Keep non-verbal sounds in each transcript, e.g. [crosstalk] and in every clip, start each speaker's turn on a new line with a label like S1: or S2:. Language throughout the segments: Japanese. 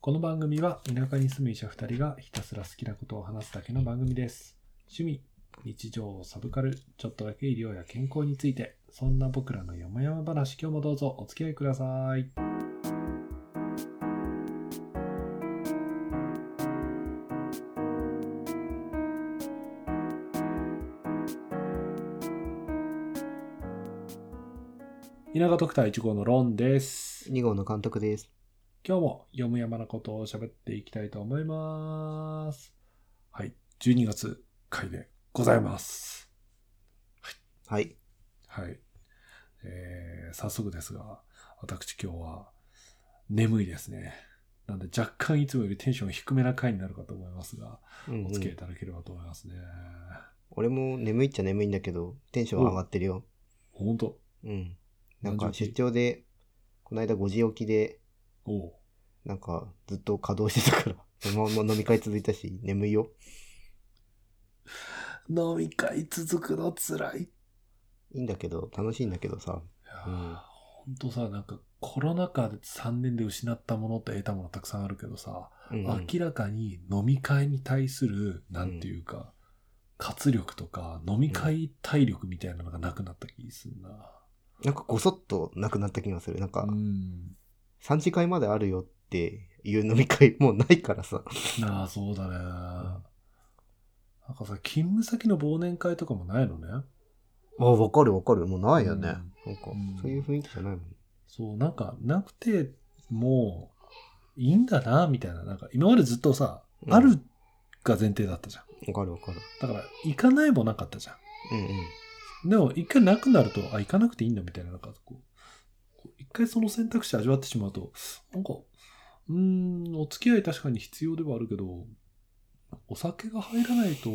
S1: この番組は田舎に住む医者2人がひたすら好きなことを話すだけの番組です。趣味、日常、サブカル、ちょっとだけ医療や健康について、そんな僕らの山々話、今日もどうぞお付き合いください。田舎ドクター1号のロンです。
S2: 2号の監督です。
S1: 今日も読む山のことを喋っていきたいと思います。はい。12月回でございます。
S2: はい。
S1: はい。えー、早速ですが、私今日は眠いですね。なんで若干いつもよりテンション低めな回になるかと思いますが、
S2: うんうん
S1: お付き合いいただければと思いますね。
S2: 俺も眠いっちゃ眠いんだけど、テンション上がってるよ。
S1: ほんと。
S2: うん。なん
S1: 何
S2: か
S1: 時
S2: 出張で、この間5時起きで、
S1: おう。
S2: なんかずっと稼働してたから、 [laughs] そのまま飲み会続いたし、眠いよ。
S1: 飲み会続くの辛い。い
S2: いいんだけど、楽しいんだけどさ。
S1: や
S2: う
S1: ー
S2: ん。
S1: ほんとさ、なんかコロナ禍で3年で失ったものと得たものたくさんあるけどさ、
S2: うんうん
S1: 明らかに飲み会に対する、なんていうか、活力とか、飲み会体力みたいなのがなくなった気すんな。
S2: なんかごそっとなくなった気がする。なんか
S1: う、ん。
S2: 3次会まであるよっていう飲み会 [laughs] もうないからさ。
S1: なあ、そうだね。なんかさ、勤務先の忘年会とかもないのね。
S2: あ、わかるわかる。もうないよね。
S1: うん
S2: なんか
S1: うん、
S2: そういう雰囲気じゃないもん。
S1: そう、なんか、なくて、もう、いいんだな、みたいな。なんか、今までずっとさ、
S2: うん
S1: あるが前提だったじゃん。
S2: わかるわかる。
S1: だから、行かないもなかったじゃん。
S2: うんうん。
S1: でも、一回なくなると、あ、行かなくていいんだみたいな、なんかこう、こう一回その選択肢味わってしまうと、なんか、うーん、お付き合い確かに必要ではあるけど、お酒が入らないと、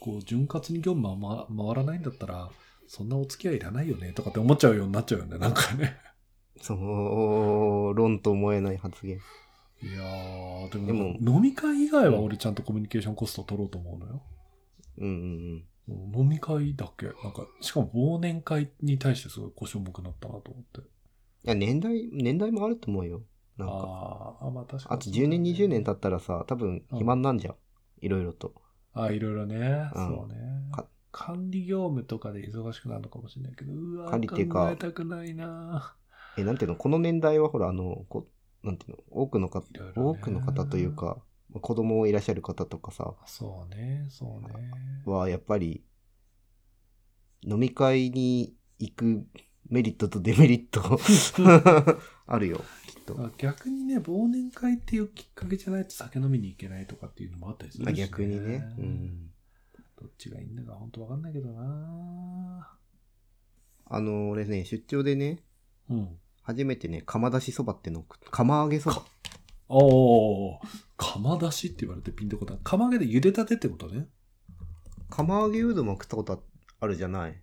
S1: こう、潤滑に業務は回らないんだったら、そんなお付き合いいらないよね、とかって思っちゃうようになっちゃうよね、なんかね。
S2: そう、論と思えない発言。
S1: いやー、でも、
S2: でも
S1: 飲み会以外は俺ちゃんとコミュニケーションコストを取ろうと思うのよ。
S2: うんうん
S1: 飲み会だっけなんか、しかも忘年会に対してすごい腰重くなったなと思って。
S2: うん。いや、年代、年代もあると思うよ。なんか。
S1: あーあ、まあ確か
S2: あ
S1: に
S2: と
S1: そうだね、
S2: 10年、20年経ったらさ、多分暇になんじゃん。いろいろと。
S1: あ、いろいろね。
S2: うん
S1: そうね
S2: か。
S1: 管理業務とかで忙しくなるのかもしれないけど、うわ
S2: 管理っていうか
S1: 考えたくないな
S2: え、なんていうのこの年代はほら、あの、こなんていうの多くの方、
S1: いろいろね
S2: 多くの方というか、子供いらっしゃる方とかさ、
S1: そうね、そうね。
S2: はやっぱり、飲み会に行くメリットとデメリット [laughs] あるよ、きっと。
S1: あ逆にね、忘年会っていうきっかけじゃないと酒飲みに行けないとかっていうのもあったりするし、
S2: あ
S1: ね。
S2: 逆にね。うん。
S1: どっちがいいんだか本当わかんないけどな
S2: あの、俺ね、出張でね、
S1: うん。
S2: 初めてね、釜出しそばってのを食っ釜揚げそば。
S1: おー、釜出しって言われてピンとこない。釜揚げで茹でたてってことね。
S2: 釜揚げうどんも食ったことあるじゃない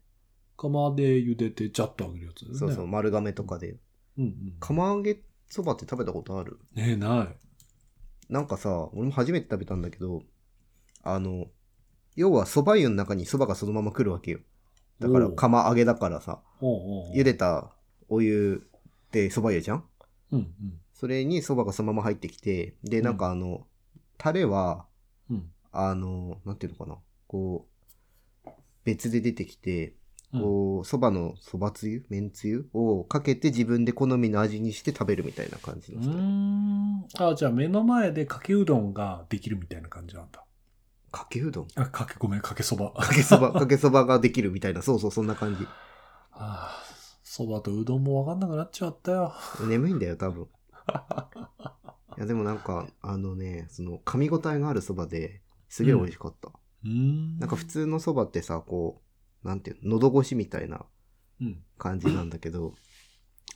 S1: 釜で茹でてジャッと揚げるやつだよね。
S2: そうそう、丸亀とかで。
S1: うんうん。
S2: 釜揚げそばって食べたことある
S1: ねえ、ない。
S2: なんかさ、俺も初めて食べたんだけど、あの、要はそば湯の中にそばがそのまま来るわけよ。だから
S1: おう
S2: 釜揚げだからさ、
S1: おうおうおう
S2: 茹でたお湯でそば湯じゃん
S1: うんうん。
S2: それにそばがそのまま入ってきて、で、
S1: うん
S2: なんかあの、タレは、
S1: うん。
S2: あの、なんていうのかな、こう、別で出てきて、
S1: うん
S2: こう、そばのそばつゆ、麺つゆをかけて自分で好みの味にして食べるみたいな感じ
S1: う
S2: のスタイル
S1: ーん。あ、じゃあ目の前でかけうどんができるみたいな感じなんだ。
S2: かけうどん
S1: あ、かけ、ごめん、かけそば。あ
S2: かけそば、
S1: [laughs]
S2: かけそばができるみたいな、そうそう、そんな感じ。
S1: あ、そばとうどんもわかんなくなっちゃったよ。
S2: 眠いんだよ、多
S1: [laughs]
S2: 分。いや、でもなんか、あのね、その、噛み応えがあるそばで、すげえ美味しかった。
S1: うーん。
S2: なんか普。通のそばってさ、こう、なんていうの、喉越しみたいな
S1: うん。
S2: 感じなんだけど、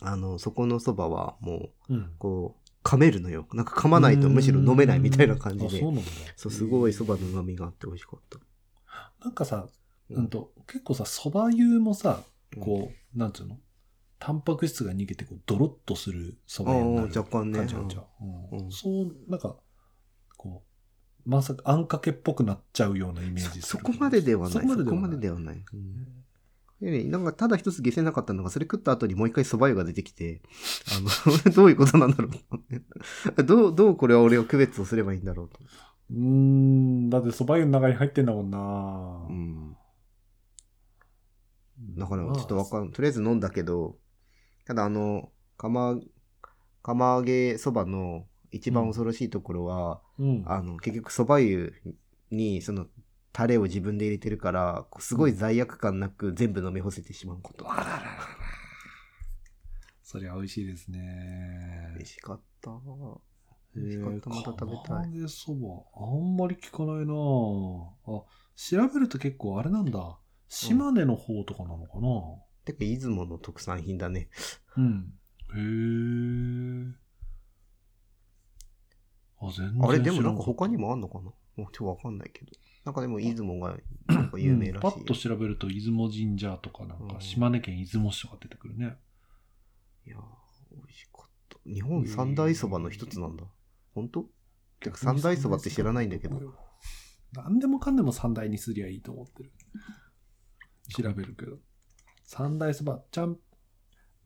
S2: あの、そこのそばはもう、
S1: うん。
S2: こう、噛めるのよ。なんか噛まないとむしろ飲めないみたいな感じ
S1: あ、
S2: で
S1: そう。なんだ。
S2: そう、すごいそばの旨味があって美味しかった。
S1: なんかさ、
S2: う
S1: うんんと、結構さ、そば湯もさ、こう、なんつうのタンパク質が逃げて、こう、ドロッとするそば湯にな
S2: ああ、
S1: る
S2: 若干ね。
S1: 感じなんちゃう。
S2: うん
S1: うん
S2: うん
S1: そう、なんか、こう、まさかあんかけっぽくなっちゃうようなイメージす
S2: そ
S1: る
S2: こまでではない。
S1: そこまで
S2: そ
S1: で
S2: こ
S1: は
S2: ま
S1: な
S2: で
S1: い。
S2: ではない。うんでね、なんかただ一つ下せなかったのが、それ食った後にもう一回蕎麦湯が出てきて、あの、 [laughs] どういうことなんだろう。どう、どうこれは俺を区別をすればいいんだろうと。
S1: うーん、だって蕎麦湯の中に入ってんだもんな
S2: う。ん。だからちょっとわかん、とりあえず飲んだけど、ただあの、釜、釜揚げ蕎麦の一番恐ろしいところは、
S1: うん。
S2: あの、結局蕎麦湯に、その、タレを自分で入れてるから、こうすごい罪悪感なく全部飲み干せてしまうこと。
S1: あらららら。そりゃ美味しいですね。
S2: 美味しかった。
S1: え
S2: 美味しかった。また食べたい。
S1: 揚げそば、あんまり聞かないなぁあ、調べると結構あれなんだ。島根の方とかなのかな
S2: てか、出雲の特産品だね。
S1: うん。へえ。あ、全然
S2: あれ、でも
S1: 知ら
S2: なんか
S1: った
S2: 他にもあんのかなもうちょっとわかんないけど。なんかでも出雲がなんか有名らしいよ。
S1: うんパッと調べると出雲神社とかなん
S2: う
S1: か
S2: ん
S1: 島根県出雲市とか出てくるね。
S2: いやー、美味しかった。日本三大そばの一つなんだ。本当てか三大そばって知らないんだけど。
S1: 何でもかんでも三大にすりゃいいと思ってる。調べるけど。三大そば、ちゃん。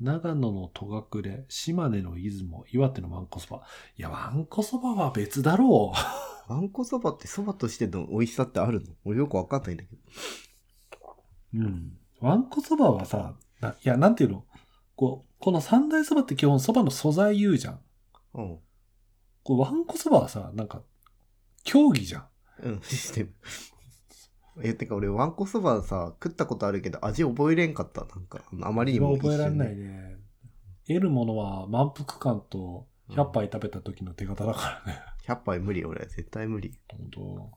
S1: 長野の戸隠、島根の出雲、岩手のわんこそば。いや、わんこそばは別だろう。
S2: あんこそばってそばとしての美味しさってあるの俺よくわかんないんだけど。
S1: うん。わんこそばはさ、ないや、なんていうのこう、この三大そばって基本そばの素材言うじゃん。
S2: うん。
S1: こうわんこそばはさ、なんか、競技じゃん。
S2: うん、 [laughs] システム。え、てか俺、わんこそばさ、食ったことあるけど、味覚えれんかった。なんか、あのあまりにも
S1: 覚えられない
S2: 一
S1: ね。得るものは満腹感と
S2: 瞬で
S1: 100。杯食べた時の手形だからね。
S2: 100杯無理、俺。絶対無理。
S1: 本当。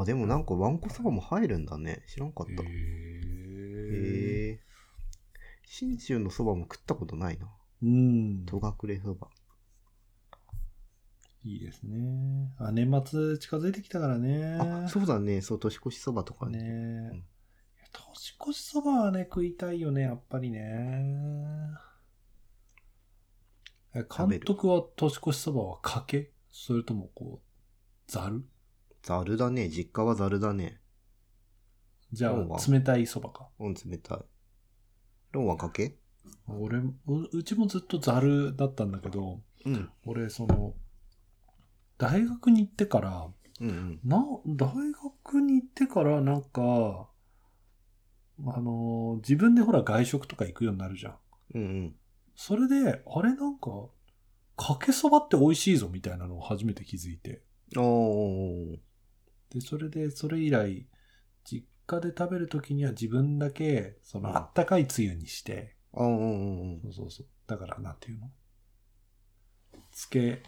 S2: あ、でもなんか、わんこそばも入るんだね。知らんかっ
S1: へ
S2: た。へ
S1: え。
S2: え。信州のそばも食ったことないな。
S1: うん。
S2: 戸隠そば。
S1: いいですね。あ、年末近づいてきたからね。
S2: あ、そうだね。そう、年越しそばとか
S1: ね
S2: ね。
S1: え。年越しそばはね、食いたいよね、やっぱりね。え
S2: 食べ
S1: 監
S2: る
S1: 督は年越しそばはかけそれともこう、ざる
S2: ざるだね。実家はざるだね。
S1: じゃ
S2: そうは
S1: あ、冷たいそばか。
S2: うん、冷たい。ロンはかけ
S1: 俺も、ううちもずっとざるだったんだけど、
S2: うん。
S1: 俺、その、大学に行ってから、
S2: うんうん。
S1: な、大学に行ってからなんか、あのー、自分でほら外食とか行くようになるじゃん。
S2: うんうん。
S1: それで、あれなんか、かけそばって美味しいぞみたいなのを初めて気づいて。
S2: おー。
S1: で、それで、それ以来、実家で食べるときには自分だけ、その、あったかいつゆにして、
S2: あーおー。
S1: そうそうそう。だから、なんていうのつけ、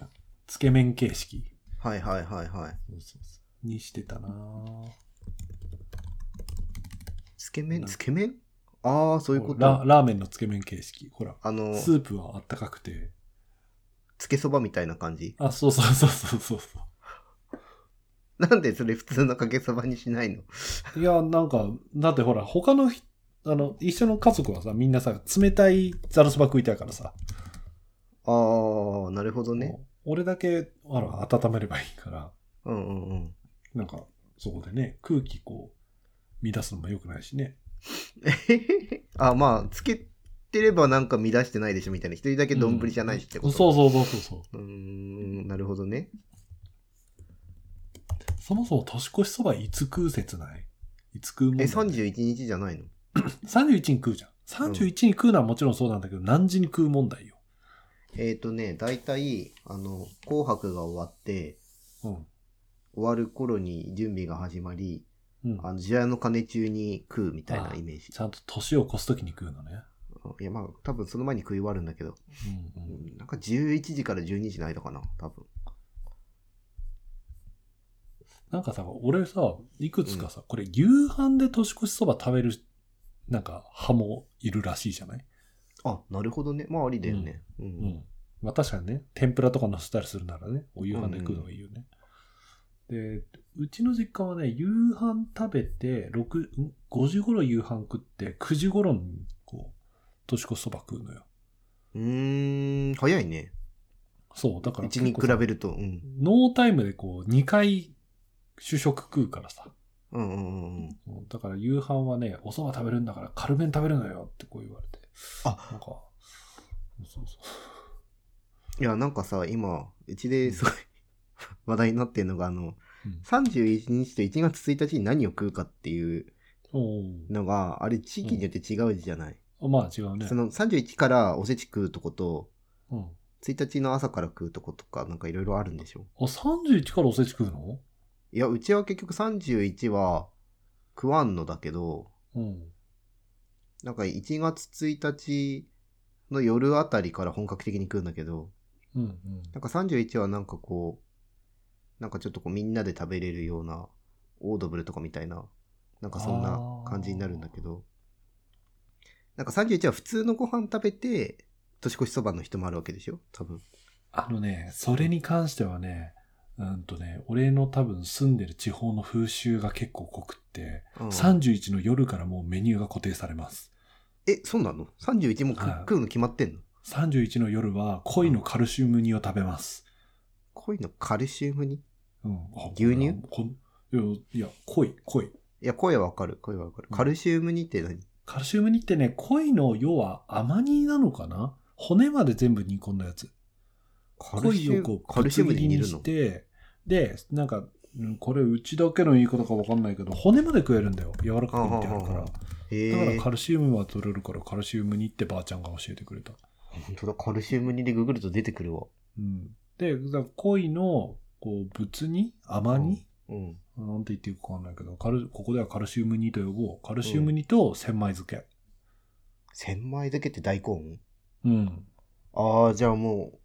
S1: つけ麺形式
S2: はいはいはいはい。
S1: そうそうそうにしてたなぁ
S2: つけ麺
S1: なん
S2: つけ麺ああ、そういうこ
S1: ラ
S2: と。
S1: ラーメンのつけ麺形式。ほら、
S2: あの、
S1: スープはあったかくて。
S2: つけそばみたいな感じ。 [laughs]
S1: あ、そうそうそうそうそうそ
S2: なんでそれ普通のかけそばにしないの
S1: う。いや、なんか、だってほら、他のひ、あの、一緒の家族はさ、みんなさ、冷たいざるそば食いたいからさ、
S2: ああ、なるほどね。
S1: もう俺だけ、あら、温めればいいから、
S2: うんうんうん。 [laughs]
S1: なんか、そこでね、空気こう、乱すのも良くないしね。
S2: えへへへあ、まあ、つけてればなんか乱してないでしょみたいな。一人だけ丼じゃないしってこと、
S1: そうそうそうそうそう。
S2: う。うーん、なるほどね。
S1: そもそも年越しそばいつ食う説ないいつ食うもんだ
S2: え、
S1: よね
S2: 31日じゃないの
S1: 31に食うじゃん。31に食うのはもちろんそうなんだけど、何時に食う問題よ。
S2: えっ、ー、とね、大体、あの、紅白が終わって、
S1: うん。
S2: 終わる頃に準備が始まり、
S1: うん。
S2: あの、時代の鐘中に食うみたいなイメージ
S1: ち。ゃんと年を越すときに食うのね。
S2: いや、まあ、多分その前に食い終わるんだけど、
S1: うんうん。
S2: うんなんか11時から12時の間かな、多分。
S1: なんかさ、俺さ、いくつかさ、これ夕飯で年越しそば食べる、なんか、派もいるらしいじゃない
S2: あ、なるほどね。まあ、ありだよね。うん。
S1: うん。まあ確かにね、天ぷらとか乗せたりするならね、お夕飯で食うのがいいよね。で、うちの実家はね、夕飯食べて、6ん5時頃夕飯食って、9時頃に、こう、年越しそば食うのよ。
S2: うーん、早いね。
S1: そう、だから
S2: うち
S1: 結
S2: に
S1: 構
S2: 比
S1: さ、
S2: べると。うん。
S1: ノータイムでこう、2回主食食うからさ。
S2: ううんうんうんうん。
S1: そうだから夕飯はね、お蕎麦食べるんだから軽麺食べるのよってこう言われて。
S2: あ
S1: なんか、そうそうそう。
S2: いや、なんかさ、今、うちで
S1: [laughs]
S2: すごい話題になってるのが、あの、
S1: うん
S2: 31日と1月1日に何を食うかっていう
S1: お
S2: のが、あれ地域によって違うじゃない。
S1: お。まあ違うね。
S2: その31からおせち食うとこと、
S1: うん。
S2: 1日の朝から食うとことか、なんかいろいろあるんでしょ。
S1: あ、31からおせち食うの
S2: いや、うちは結局31は食わんのだけど、
S1: うん。
S2: なんか1月1日の夜あたりから本格的に食うんだけど、
S1: うんうん。
S2: なんか31はなんかこう、なんかちょっとこうみんなで食べれるような、オードブルとかみたいな、なんかそんな感じになるんだけど、なんか31は普通のご飯食べて、年越しそばの人もあるわけでしょ多分。
S1: あのね、それに関してはね、うんとね、俺の多分住んでる地方の風習が結構濃くって、
S2: うん
S1: 31の夜からもうメニューが固定されます。
S2: え、そうなの ?31 もう食
S1: はい
S2: 食うの決まってんの
S1: 31の夜は恋のカルシウム煮を食べます。
S2: 恋のカルシウムに
S1: うん。あ
S2: 牛乳
S1: こんいやいや、恋、恋。
S2: いや、声はわかる。声はわかる。
S1: うん
S2: カルシウムにって何
S1: カルシウム煮ってね、恋の要は甘煮なのかな骨まで全部煮込んだやつ。
S2: カルシ
S1: 恋
S2: ウ
S1: をこ
S2: ム
S1: う、、
S2: カルシウム
S1: ぶつ切
S2: に
S1: り
S2: 似
S1: に
S2: る
S1: し
S2: の
S1: て、で、なんか、うんこれうちだけの言い方かわかんないけど、骨まで食えるんだよ。柔らかく煮てあるから。
S2: へ
S1: だから
S2: え、
S1: カ
S2: 本
S1: ルシウムは取れるからカルシウム煮ってばあちゃんが教えてくれた。
S2: 当だ、カルシウムにでググると出てくるわ。
S1: うん。で、だから恋の、こう、仏煮甘煮、
S2: うん。
S1: なんて言っていいかわかんないけど、カルここではカルシウム煮と呼ぼう。カルシウム煮と千枚漬け。
S2: 千枚漬けって大根
S1: うん。
S2: ああ、じゃあもう、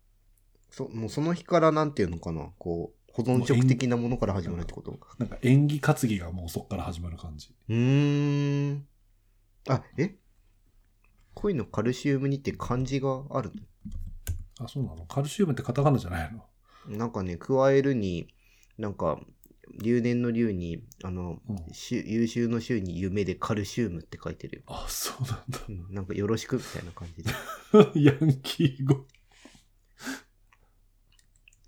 S2: そ、もうその日からなんていうのかな、こう、保存食的なものから始まるってこと
S1: なんか縁起担ぎがもうそっから始まる感じ。
S2: うーん。あ、え恋のカルシウムにって漢字がある
S1: あ、そうなのカルシウムってカタカナじゃないの
S2: のなんかね、加えるに、なんか、留年の留に、あの、
S1: うん。
S2: しゅ優秀の週に夢でカルシウムって書いてるよ。
S1: あ、そうなんだ。 [laughs]
S2: うん、なんかよろしくみたいな感じで。
S1: ヤンキー語。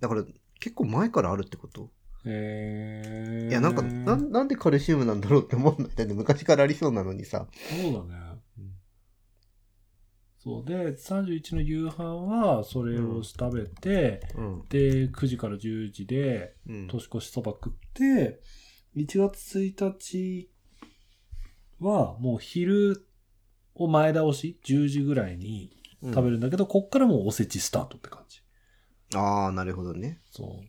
S2: だから結構前からあるってこと
S1: えー、
S2: いやなんかな
S1: そ
S2: んなんでカルシウムなんだろうって思うんだよね昔からありそうなのに
S1: う
S2: さ
S1: だね
S2: うん。
S1: そうで、31の夕飯はそれを食べて、
S2: うん
S1: で、9時から10時で
S2: うん
S1: 年越しそば食って、1月1日はもう昼を前倒し、10時ぐらいに食べ
S2: る
S1: るんだけど、こっからもうおせちスタートって感じ。
S2: ああなるほどね
S1: そ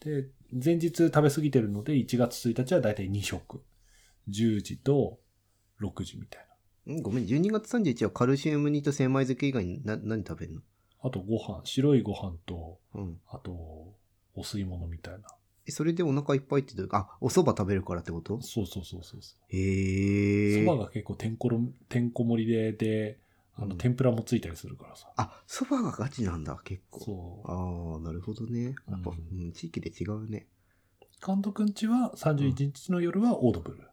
S1: う。で、前日食べ過ぎてるので、1月1日はだいたい2食。10時と6時みたいな。
S2: うんごめん12月31日はカルシウム煮と千枚漬け以外にな何食べんの
S1: あとご飯、白いご飯と、
S2: うん
S1: あと、お吸い物みたいな。
S2: えそれでお腹いっぱいってどういうあお蕎麦食べるからってこと
S1: そうそうそうそうそう。
S2: へ
S1: そ
S2: え
S1: ばが結構てんころ、てんこ盛りで、で、あ
S2: う
S1: の、
S2: ん
S1: 天ぷらもついたりするからさ。
S2: あ蕎麦がガチなんだ結構
S1: そう。
S2: ああなるほどねやっぱ、
S1: う
S2: うんん地域で違うね
S1: 監督んちは31日の夜はオードブル。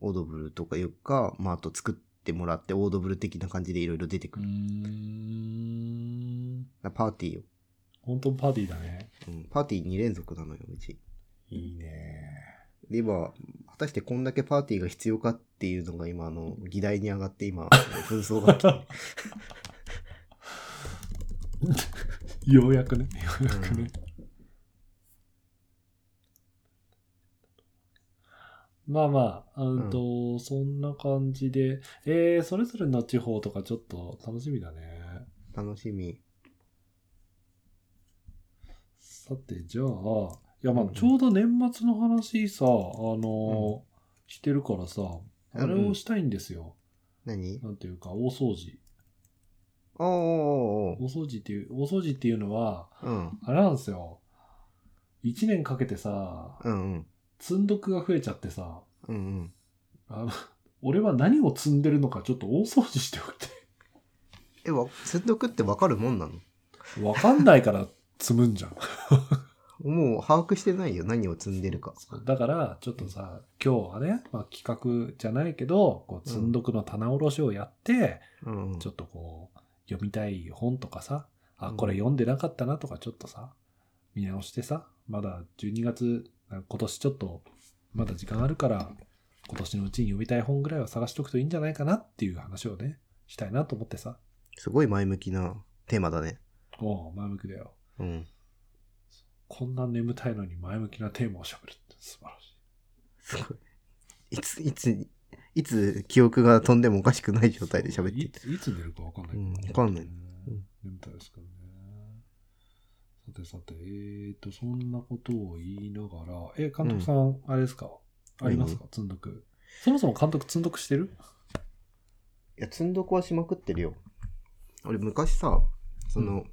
S2: オードブルとかよっか、まあ、あと作ってもらってオードブル的な感じでいろいろ出てく
S1: うー
S2: る、
S1: ん。
S2: パーティーよ、
S1: 本当パーティーだね。
S2: うん、パーティー2連続なのようち
S1: いいね。
S2: で今果たしてこんだけパーティーが必要かっていうのが今あの議題に上がって今 [laughs] 紛争が起きてる
S1: ようやくね。ようやくね。まあまあ、うんと、そんな感じで、えー、それぞれの地方とかちょっと楽しみだね。
S2: 楽しみ
S1: さて、じゃあ、いやまあ
S2: うん
S1: ちょうど年末の話さ、あのーしてるからさ、あれをしたいんですよ。
S2: 何
S1: なんていうか、大掃除。
S2: おーおー
S1: 大掃除っていう、大掃除っていうのは、
S2: おーうん
S1: あれなんですよ。一年かけてさ、
S2: うんうん
S1: 積んどくが増えちゃってさ、
S2: うんうん
S1: あの、俺は何を積んでるのかちょっと大掃除しておい [laughs]
S2: えわ積んどくってわかるもんなの
S1: て。わかんないから積むんじゃん。
S2: もう把握してないよ何を積んでるか
S1: だから、ちょっとさ、今日はね、まあ、企画じゃないけど、こう積んどくの棚卸しをやって、
S2: うんうん
S1: ちょっとこう、読みたい本とかさ、あ、
S2: うん
S1: これ読んでなかったなとかちょっとさ、見直してさ、まだ12月、今年ちょっとまだ時間あるから、今年のうちに読みたい本ぐらいは探しとくといいんじゃないかなっていう話をね、したいなと思ってさ。
S2: すごい前向きなテーマだね。
S1: おう、前向きだよ。
S2: うん。
S1: こんな眠たいのに前向きなテーマを喋るって素晴らしい。
S2: すごい。いつ、いつ、いつ記憶が飛んでもおかしくない状態で喋って
S1: い
S2: いて。
S1: ついつ寝るかわかんない、
S2: うんわかんないうん
S1: 眠たいですからね。さてさて、えっ、と、そんなことを言いながら、え、監督さん、あれですかありますか積んどく。そもそも監督積んどくしてる
S2: いや、積んどこはしまくってるよ。俺昔さ、その、
S1: う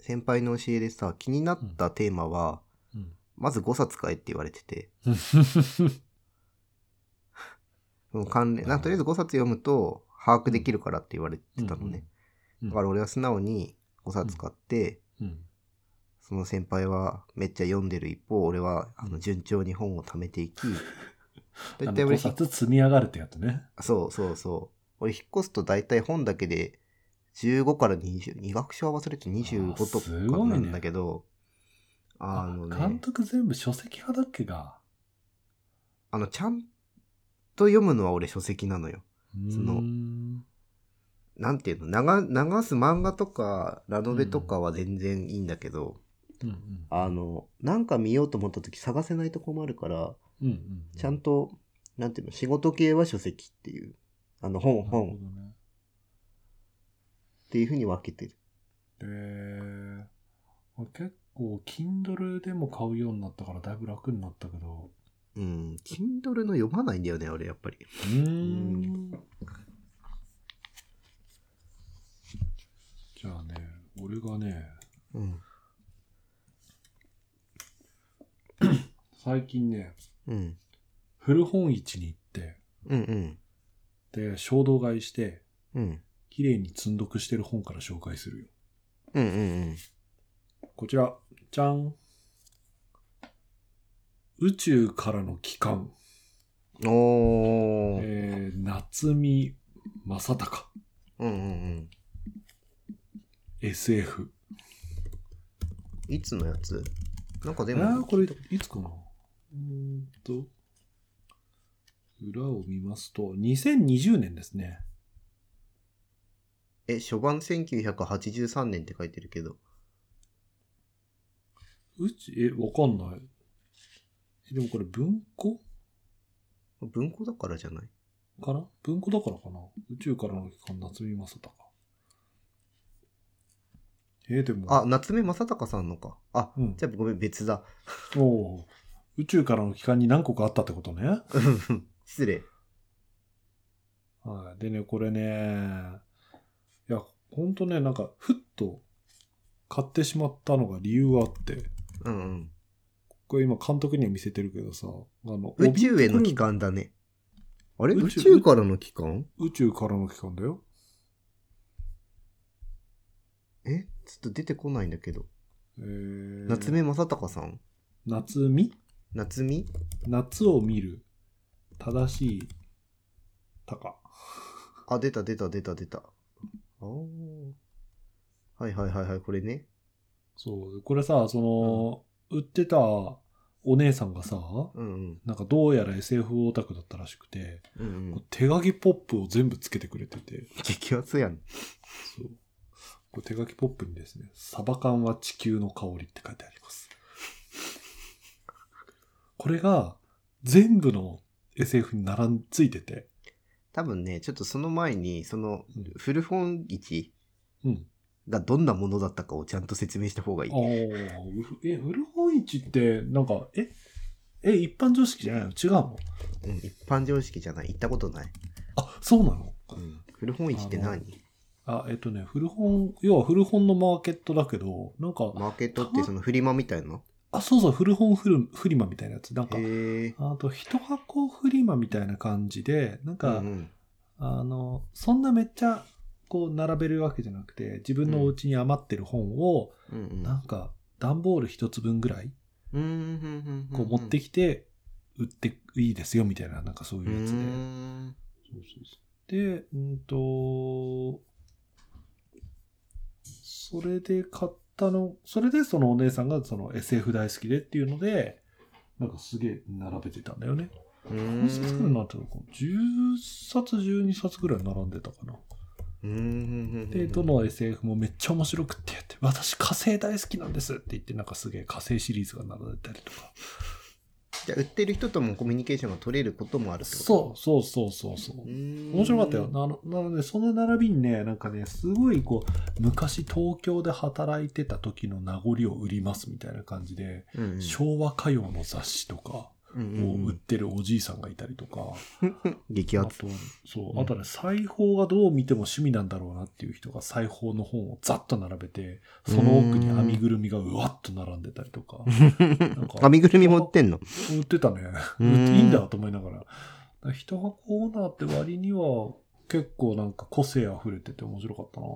S2: 先輩の教えでさ、気になったテーマは、
S1: うん。
S2: まず5冊買えって言われて [laughs] て、
S1: う
S2: うん関連、なんかとりあえず5冊読むと把握できるからって言われてたのね。
S1: ん
S2: だから俺は素直に5冊買って、
S1: うん。
S2: その先輩はめっちゃ読んでる一方、俺はあの順調に本を貯め [laughs] ていき、
S1: あ
S2: 大体
S1: の5
S2: 俺ひ、
S1: 冊積み上がるってやつね。
S2: そうそうそう。俺引っ越すと大体本だけで15から20、2学章合わせると25
S1: あー
S2: と
S1: すご
S2: か
S1: いね
S2: なんだけど、あの
S1: 監
S2: ね、
S1: 督全部書籍派だっけが。
S2: あの、ちゃんと読むのは俺書籍なのよ。その
S1: うーん
S2: なんていうの、流流す漫画とか、ラノベとかは全然いいんだけど、
S1: うんうん。
S2: あの、なんか見ようと思った時探せないと困るから、
S1: うんうんうん。
S2: ちゃんと、なんていうの、仕事系は書籍っていう、あの、本、
S1: なるほど
S2: 本っ
S1: ね。
S2: ていうふうに分けてる。
S1: えー、結構、Kindle でも買うようになったからだいぶ楽になったけど。
S2: うん、Kindle の読まないんだよね、俺、やっぱり。
S1: うーん。じゃあね、俺がね、
S2: うん。
S1: 最近ね、
S2: うん。
S1: 古本市に行って、
S2: うんうん。
S1: で、衝動買いして、
S2: うん。
S1: 綺麗に積んどくしてる本から紹介するよ。
S2: うんうん
S1: こちら、じゃん。宇宙からの帰還。
S2: うん。おー。
S1: えー、夏見正隆。
S2: うんうんうん。
S1: SF。
S2: いつのやつなんか
S1: あ
S2: で
S1: ー
S2: も、
S1: これ、いつかなうーんと、裏を見ますと、2020年ですね。
S2: え、初版1983年って書いてるけど。
S1: うち、え、わかんない。え、でもこれ文庫
S2: 文庫だからじゃない
S1: かな文庫だからかな宇宙からの帰還、夏見正隆。えーでも。
S2: あ、夏目正隆さんのか。あ、
S1: うん
S2: じゃあごめん、別だ。
S1: おお宇宙からの帰還に何個かあったってことね。
S2: 失礼。
S1: はい。でね、これね、いや、ほんとね、なんか、ふっと買ってしまったのが理由があって、
S2: うんうん。
S1: これ今監督には見せてるけどさ、あの、
S2: 宇宙への
S1: 帯
S2: 帰還だね。あれ
S1: 宇
S2: 宇
S1: 宙
S2: 宙からの帰還
S1: 宇宙からの帰還だよ。
S2: えちょっと出てこないんだけど。
S1: えー、
S2: 夏目正隆さん
S1: 夏見
S2: 夏美
S1: 夏を見る。正しい。たか。
S2: あ、出た出た出た出た。あーはいはいはいはい、これね。
S1: そう。これさ、その、売ってたお姉さんがさ、
S2: うんうん。
S1: なんかどうやら SF オタクだったらしくて、
S2: うんうん。
S1: 手書きポップを全部つけてくれてて、
S2: 激アツやん。
S1: そう。これ手書きポップにですね、サバ缶は地球の香りって書いてあります。 [laughs] これが全部の SF に並んついてて、
S2: 多分ね、ちょっとその前に、その、古本市
S1: うん。
S2: がどんなものだったかをちゃんと説明した方がいい
S1: ああ。、うふえ、古本市って、なんか、え、え、一般常識じゃないの違うの
S2: うん、一般常識じゃない。行ったことない。
S1: あ、そうなの
S2: うん、古本市って何
S1: あ、えっとね、古本、要は古本のマーケットだけど、なんか、
S2: マーケットってそのフリマみたいな
S1: あ、そうそう、古本フルフリマみたいなやつ。なんか、
S2: へえ。
S1: あと、一箱フリマみたいな感じで、なんか、
S2: うんうん
S1: あの、そんなめっちゃ、こう、並べるわけじゃなくて、自分のお家に余ってる本を、
S2: うんうん
S1: なんか、段ボール一つ分ぐらい、
S2: うんうんうんうん
S1: こう、持ってきて、売っていいですよ、みたいな、なんかそういうやつで。
S2: うーん
S1: そうそうそうで、うんと、それで買ったの、それでそのお姉さんがその SF 大好きでっていうので、なんかすげえ並べてたんだよね。
S2: う
S1: 何冊くらい
S2: ー
S1: 並んでたのかな ?10 冊、12冊ぐらい並んでたかな。
S2: ん。
S1: で、どの SF もめっちゃ面白くってやって、私火星大好きなんですって言って、なんかすげえ火星シリーズが並んでたりとか。
S2: じゃあ売ってる人ともコミュニケーションが取れることもあるってこと
S1: そうそうそうそうそう。
S2: うーん。
S1: 面白かったよ。なのなので、その並びにね、なんかね、すごいこう、昔東京で働いてた時の名残を売りますみたいな感じで、
S2: うんうん。
S1: 昭和歌謡の雑誌とか
S2: うん
S1: を
S2: うんう
S1: 売っ
S2: ん
S1: てるおじいさんがいたりとか、
S2: 激
S1: あ
S2: アツ。
S1: と、そうう、
S2: ん
S1: あとね、裁縫がどう見ても趣味なんだろうなっていう人が裁縫の本をざっと並べて、その奥に編みぐるみがうわっと並んでたりと
S2: [laughs]
S1: か、んか
S2: 編みぐるみ持ってんの
S1: 売ってたね。
S2: う
S1: 売
S2: ん
S1: っていいんだと思いながら。だから一箱オーナーって割には結構なんか個性溢れてて面白かったなっ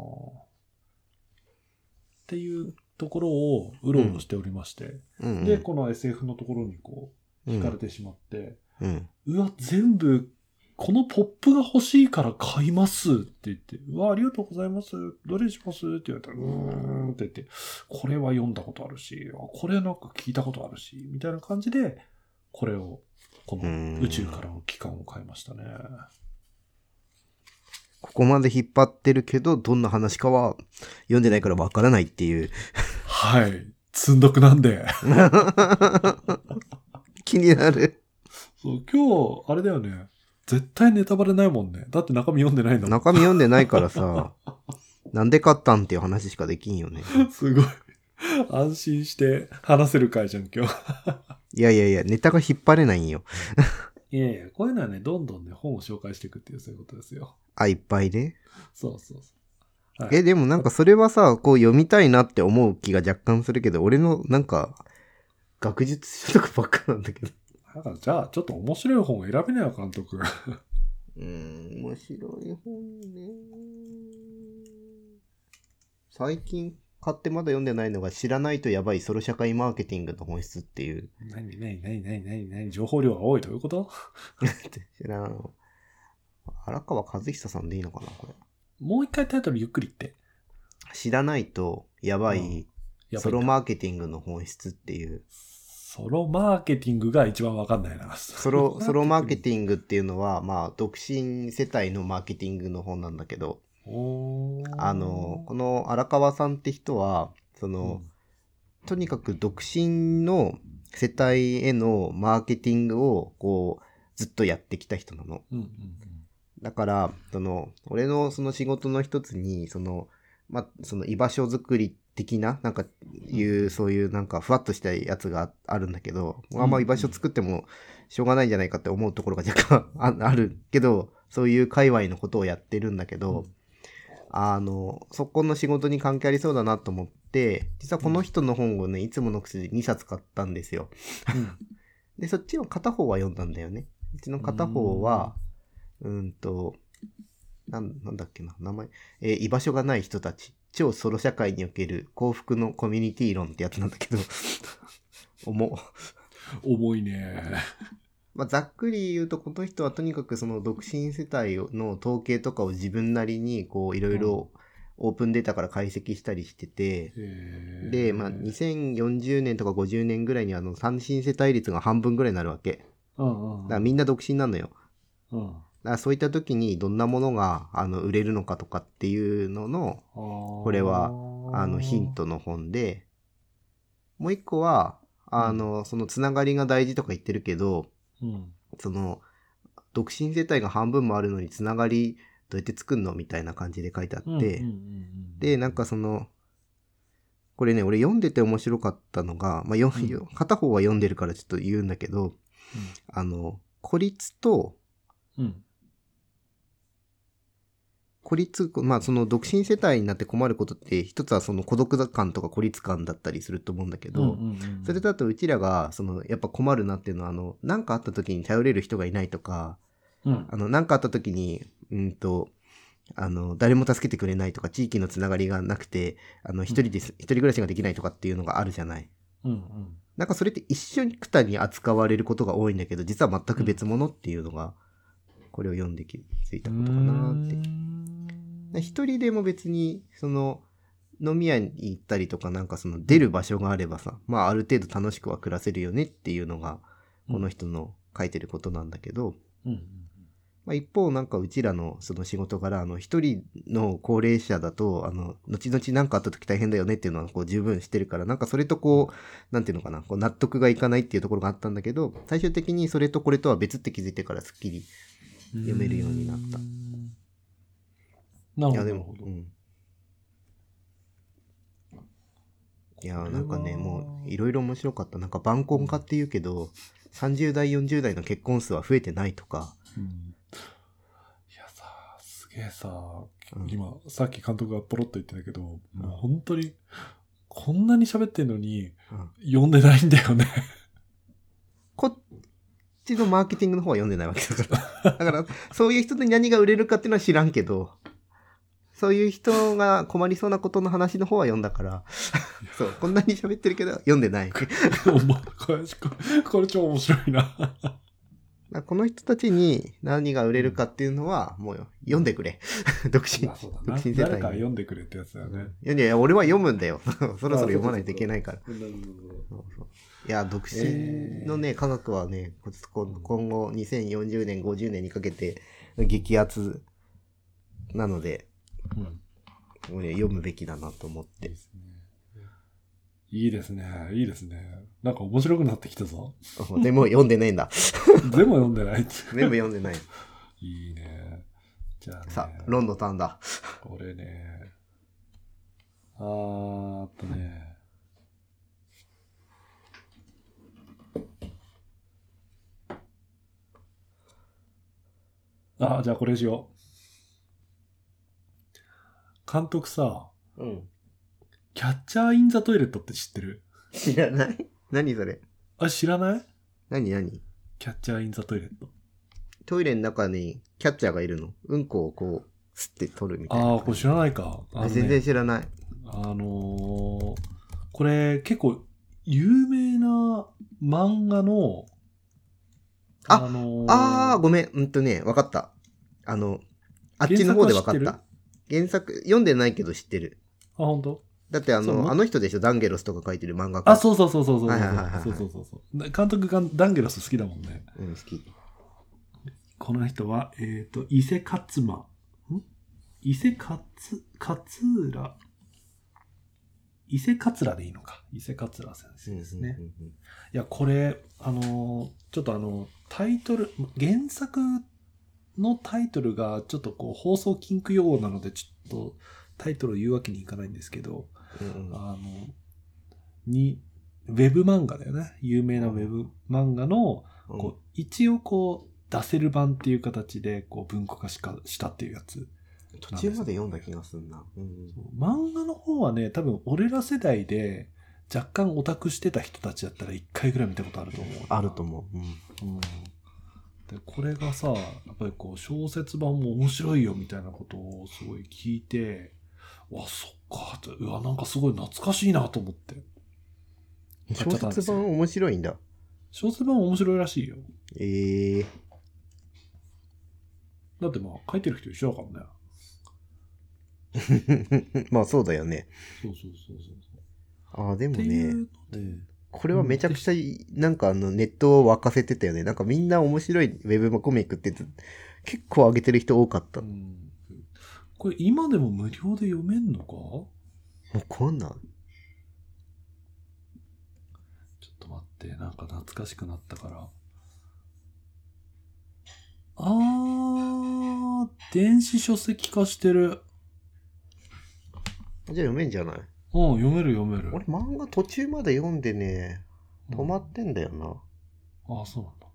S1: ていうところをうろうろしておりまして、
S2: うんうん
S1: で、この SF のところにこう、
S2: うん
S1: 惹かれてしまって、
S2: うん。
S1: うわ、全部、このポップが欲しいから買いますって言って、うわ、ありがとうございます。どれにしますって言われたら、うーんって言って、これは読んだことあるし、あこれなんか聞いたことあるし、みたいな感じで、これを、こ
S2: う
S1: の
S2: ん
S1: 宇宙からの期間を変えましたね。
S2: ここまで引っ張ってるけど、どんな話かは読んでないからわからないっていう。 [laughs]
S1: はい。積んどくなんで。
S2: 気になる。
S1: そう、今日、あれだよね。絶対ネタバレないもんね。だって中身読んでないんだもん。
S2: 中身読んでないからさ、なんで買ったんっていう話しかできんよね。
S1: すごい。安心して話せる回じゃん、今日。
S2: いやいやいや、ネタが引っ張れないんよ。
S1: いやいや、こういうのはね、どんどんね、本を紹介していくっていう、そういうことですよ。
S2: あ、いっぱいね。
S1: そうそうそう。はい
S2: え、でもなんかそれはさ、こう読みたいなって思う気が若干するけど、俺のなんか、学術書とかばっかなんだけど。
S1: だから、じゃあ、ちょっと面白い本を選べないよ、監督。 [laughs]
S2: うん、面白い本ね。最近買ってまだ読んでないのが、知らないとやばいソロ社会マーケティングの本質っていう。 [laughs]
S1: 何、何、何、何、何、何、情報量が多いということ
S2: 知らん。荒川和久さんでいいのかな、これ。
S1: もう一回タイトルゆっくり言って。
S2: 知らないとやば
S1: うん
S2: い
S1: やっぱ
S2: ソ
S1: り
S2: ロマーケティングの本質っていう。
S1: ソロマーケティングが一番わかんない [laughs] な。
S2: ソ
S1: ソ
S2: ロ、ソロマーケテ
S1: ィン
S2: ィングっていうのは、まあ、独身世帯のマーケティングの本なんだけど、
S1: グ。おー
S2: あの、この荒川さんって人は、その、とにかく独身の世帯へのマーケティングをこうずっとやってきた人なの。
S1: うん、うん、
S2: だから、その、俺のその仕事の一つに、その、まあ、その居場所づくり的な、なんか、いう、そういうなんか、ふわっとしたやつがああるんだけど、あんま居場所作ってもしょうがないんじゃないかって思うところが若干 [laughs] ああるけど、そういう界隈のことをやってるんだけど、あの、そこの仕事に関係ありそうだなと思って、実はこの人の本をね、いつもの口で2冊買ったんですよ。
S1: うん。うん
S2: で、そっちの片方は読んだんだよね。うちの片方は、うーんと、なん、なんだっけな、名前。えー居場所がない人たち。超ソロ社会における幸福のコミュニティ論ってやつなんだけど、 [laughs] 重っ。
S1: 重いね。
S2: まあ、ざっくり言うと、この人はとにかくその独身世帯の統計とかを自分なりに、こう、いろいろオープンデータから解析したりしてて、
S1: えー
S2: で、まあ、2040年とか50年ぐらいにはあの、単身世帯率が半分ぐらいになるわけ。
S1: うん、うん。
S2: だからみんな独身なのよ。
S1: うん。
S2: だからそういった時にどんなものがあの売れるのかとかっていうのの
S1: こ
S2: これはあのヒン。トの本でもう一個はあのそのつながりが大事とか言ってるけど
S1: うん。
S2: その独身世帯が半分もあるのにつながりどうやって作るのみたいな感じで書いてあ
S1: うん
S2: って、
S1: うんうんうん
S2: でなんかそのこれね俺読んでて面白かったのが、まあ、よん
S1: うん
S2: 片方は読んでるからちょっと言うんだけどあの孤立と
S1: うん。
S2: 孤立、まあその独身世帯になって困ることって一つはその孤独感とか孤立感だったりすると思うんだけど、
S1: うんうんうんうん
S2: それだとうちらがそのやっぱ困るなっていうのはあの何かあった時に頼れる人がいないとか
S1: うん
S2: あの何かあった時にうんとあの誰も助けてくれないとか地域のつながりがなくてあの一人です、一人暮らしができないとかっていうのがあるじゃない。
S1: うんうん
S2: なんかそれって一緒にくたに扱われることが多いんだけど実は全く別物っていうのがこれを読んできついたことかなって。で一人でも別にその飲み屋に行ったりとかなんかその出る場所があればさまあある程度楽しくは暮らせるよねっていうのがこの人の書いてることなんだけど、
S1: うんうん
S2: まあ、一方なんかうちらのその仕事柄あの一人の高齢者だとあの後々何かあった時大変だよねっていうのはこう十分してるからなんかそれとこうなんていうのかなこう納得がいかないっていうところがあったんだけど最終的にそれとこれとは別って気づいてからすっきり
S1: うん
S2: 読めるようになった
S1: うーんなる
S2: い
S1: ほ
S2: や
S1: どな
S2: で
S1: る
S2: も
S1: ほど。
S2: うんいやなんかねもういろいろ面白かったなんか晩婚化っていうけど30代40代の結婚数は増えてないとか
S1: うんいやさ、すげえさ、
S2: うん
S1: 今、さっき監督がポロッと言ってたけど、も
S2: うん
S1: う本当に、こんなに喋ってんのに、
S2: うん
S1: 読んでないんだよね。
S2: こっちのマーケティングの方は読んでないわけだから。 [laughs] だから、そういう人に何が売れるかっていうのは知らんけど、そういう人が困りそうなことの話の方は読んだから、 [laughs] そう、こんなに喋ってるけど読んでない。だか
S1: お前これこれこれ超面白いな。
S2: らこの人たちに何が売れるかっていうのは、もう読んでくれ。 [laughs] 独身。
S1: あそう
S2: 独
S1: だな
S2: 身世帯
S1: 誰か読んでくれってやつだよね。
S2: いやいや、俺は読むんだよ。 [laughs] そろそろ読まないといけないから。
S1: なるほど
S2: そうそういや、独身のね、科学はね、こ今今後2040年、50年にかけて激アツなので、
S1: うん
S2: もうね読むべきだなと思っ
S1: いい
S2: て [laughs]
S1: で。すね。いいですね。いいですね。なんか面白くなってきた
S2: [laughs]
S1: ぞ。
S2: でも読んで
S1: [laughs]
S2: ないんだ。
S1: 全部読んでない。
S2: 全部読んでない。
S1: いいね。じゃあ、ね、
S2: さあ、ロンのターンだ。
S1: 俺ね。あーっとね。あー、じゃあこれしよう。監督さ、
S2: うん。
S1: キャッチャーインザトイレットって知ってる
S2: 知らない [laughs] 何それ
S1: あ、知らない
S2: 何何
S1: キャッチャーインザトイレット。
S2: トイレの中にキャッチャーがいるの。うんこをこう、吸って取るみたいな。
S1: ああ、これ知らないか。あのね
S2: 全然知らない。
S1: あのーこれ結構有名な漫画の、
S2: あ
S1: のー
S2: ああ、ごめん。うんとね、わかった。あの、あっちの方でわかっ
S1: 原作は
S2: た。原作、読んでないけど知ってる。
S1: あ、本当
S2: だってあ
S1: そう
S2: の、あの人でしょ、ダンゲロスとか書いてる漫画家。
S1: あ、そうそうそうそうそうそ
S2: は
S1: う
S2: いはいはいはい
S1: そうそうそうそう。な監督がダンゲロス好きだもんね。
S2: う。うん、好き。
S1: この人は、えっ、と、伊勢勝馬。ん伊勢勝、勝浦。伊勢桂でいいのか。伊勢桂先生ですね。
S2: うんうんうん
S1: いや、これ、あのーちょっとあの、タイトル、原作のタイトルがちょっとこう、放送禁句用語なので、ちょっとタイトルを言うわけにいかないんですけど、
S2: うんうん。
S1: あの、に、ウェブ漫画だよね。有名なウェブ漫画の、こう、一応こう、出せる版っていう形で、こう、文庫化しかしたっていうやつ。
S2: うん途中まで読んだ気がすんな。うんうん
S1: 漫画の方はね、多分俺ら世代で、若干オタクしてた人たちだったら一回ぐらい見たことあると思う。
S2: あると思う。うん
S1: うん、でこれがさやっぱりこう小説版も面白いよみたいなことをすごい聞いてわそっかってうわなんかすごい懐かしいなと思って買っちゃ
S2: 小
S1: ったんで
S2: 説
S1: すよ
S2: 版面白いんだ。
S1: 小説版面白いらしいよ
S2: ええ。
S1: だってまあ書いてる人一緒だからね
S2: [laughs] まあそうだよね。
S1: そうそうそうそうそう
S2: ああ、でも
S1: っていう
S2: ね
S1: の、で、
S2: これはめちゃくちゃ、なんかあの、ネットを沸かせてたよね。なんかみんな面白いウェブコミックってず結構上げてる人多かった。
S1: う
S2: も
S1: ん、これ今でも無料で読めんのかちょ
S2: うこんなん。
S1: っと待ってなんか懐かしくなったからあー電子書籍化してる
S2: じゃあ読めんじゃない
S1: うん、読める読める。
S2: 俺漫画途中まで読んでね、止ま
S1: うん
S2: ってんだよな。
S1: ああ、そうなんだ。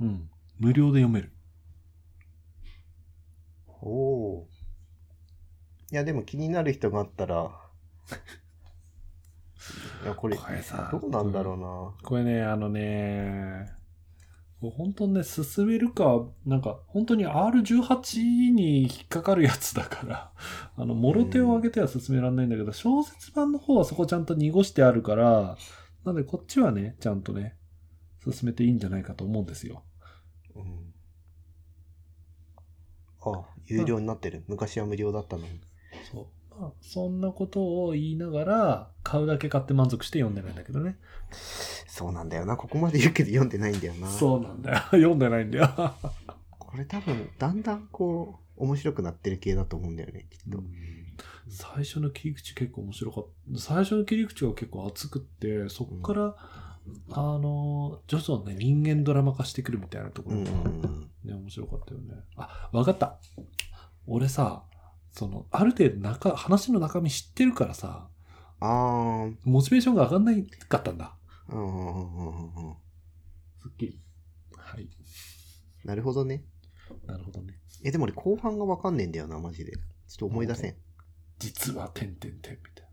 S1: うん。無料で読める。
S2: おお。いや、でも気になる人があった [laughs] ら、いや、これ、
S1: これさ
S2: どうなんだろう
S1: これね、あのね、これ本当にね、進めるか、なんか、本当に R18 に引っかかるやつだから、 [laughs] あの、もろ手を挙げては進められないんだけど、小説版の方はそこちゃんと濁してあるから、なんでこっちはね、ちゃんとね、進めていいんじゃないかと思うんですよ。
S2: な。うん。あ、有料になってる。昔は無料だったのに。
S1: そう。まあ、そんなことを言いながら、買うだけ買って満足して読んでないんだけどね。
S2: そうなんだよな。ここまで言うけど読んでないんだよな。
S1: そうなんだよ。 [laughs] 読んでないんだよ。
S2: これ多分、だんだんこう、面白くなってる系だと思うんだよね、きっと。
S1: 最初の切り口結構面白かった。最初の切り口が結構熱くって、そっから、あの、徐々にね、人間ドラマ化してくるみたいなとこ
S2: う
S1: ろ
S2: ん
S1: が
S2: うんうん。
S1: ね、面白かったよね。あ、わかった。俺さ、その、ある程度中、話の中身知ってるからさ、
S2: あー、
S1: モチベーションが上がんないかったんだ。
S2: うんうんうんうんうんうん。
S1: すっきり。はい。
S2: なるほどね。
S1: なるほどね。
S2: え、でも俺後半がわかんねえんだよな、マジで。ちょっと思い出せん。
S1: 実は、てんてんてんみたいな。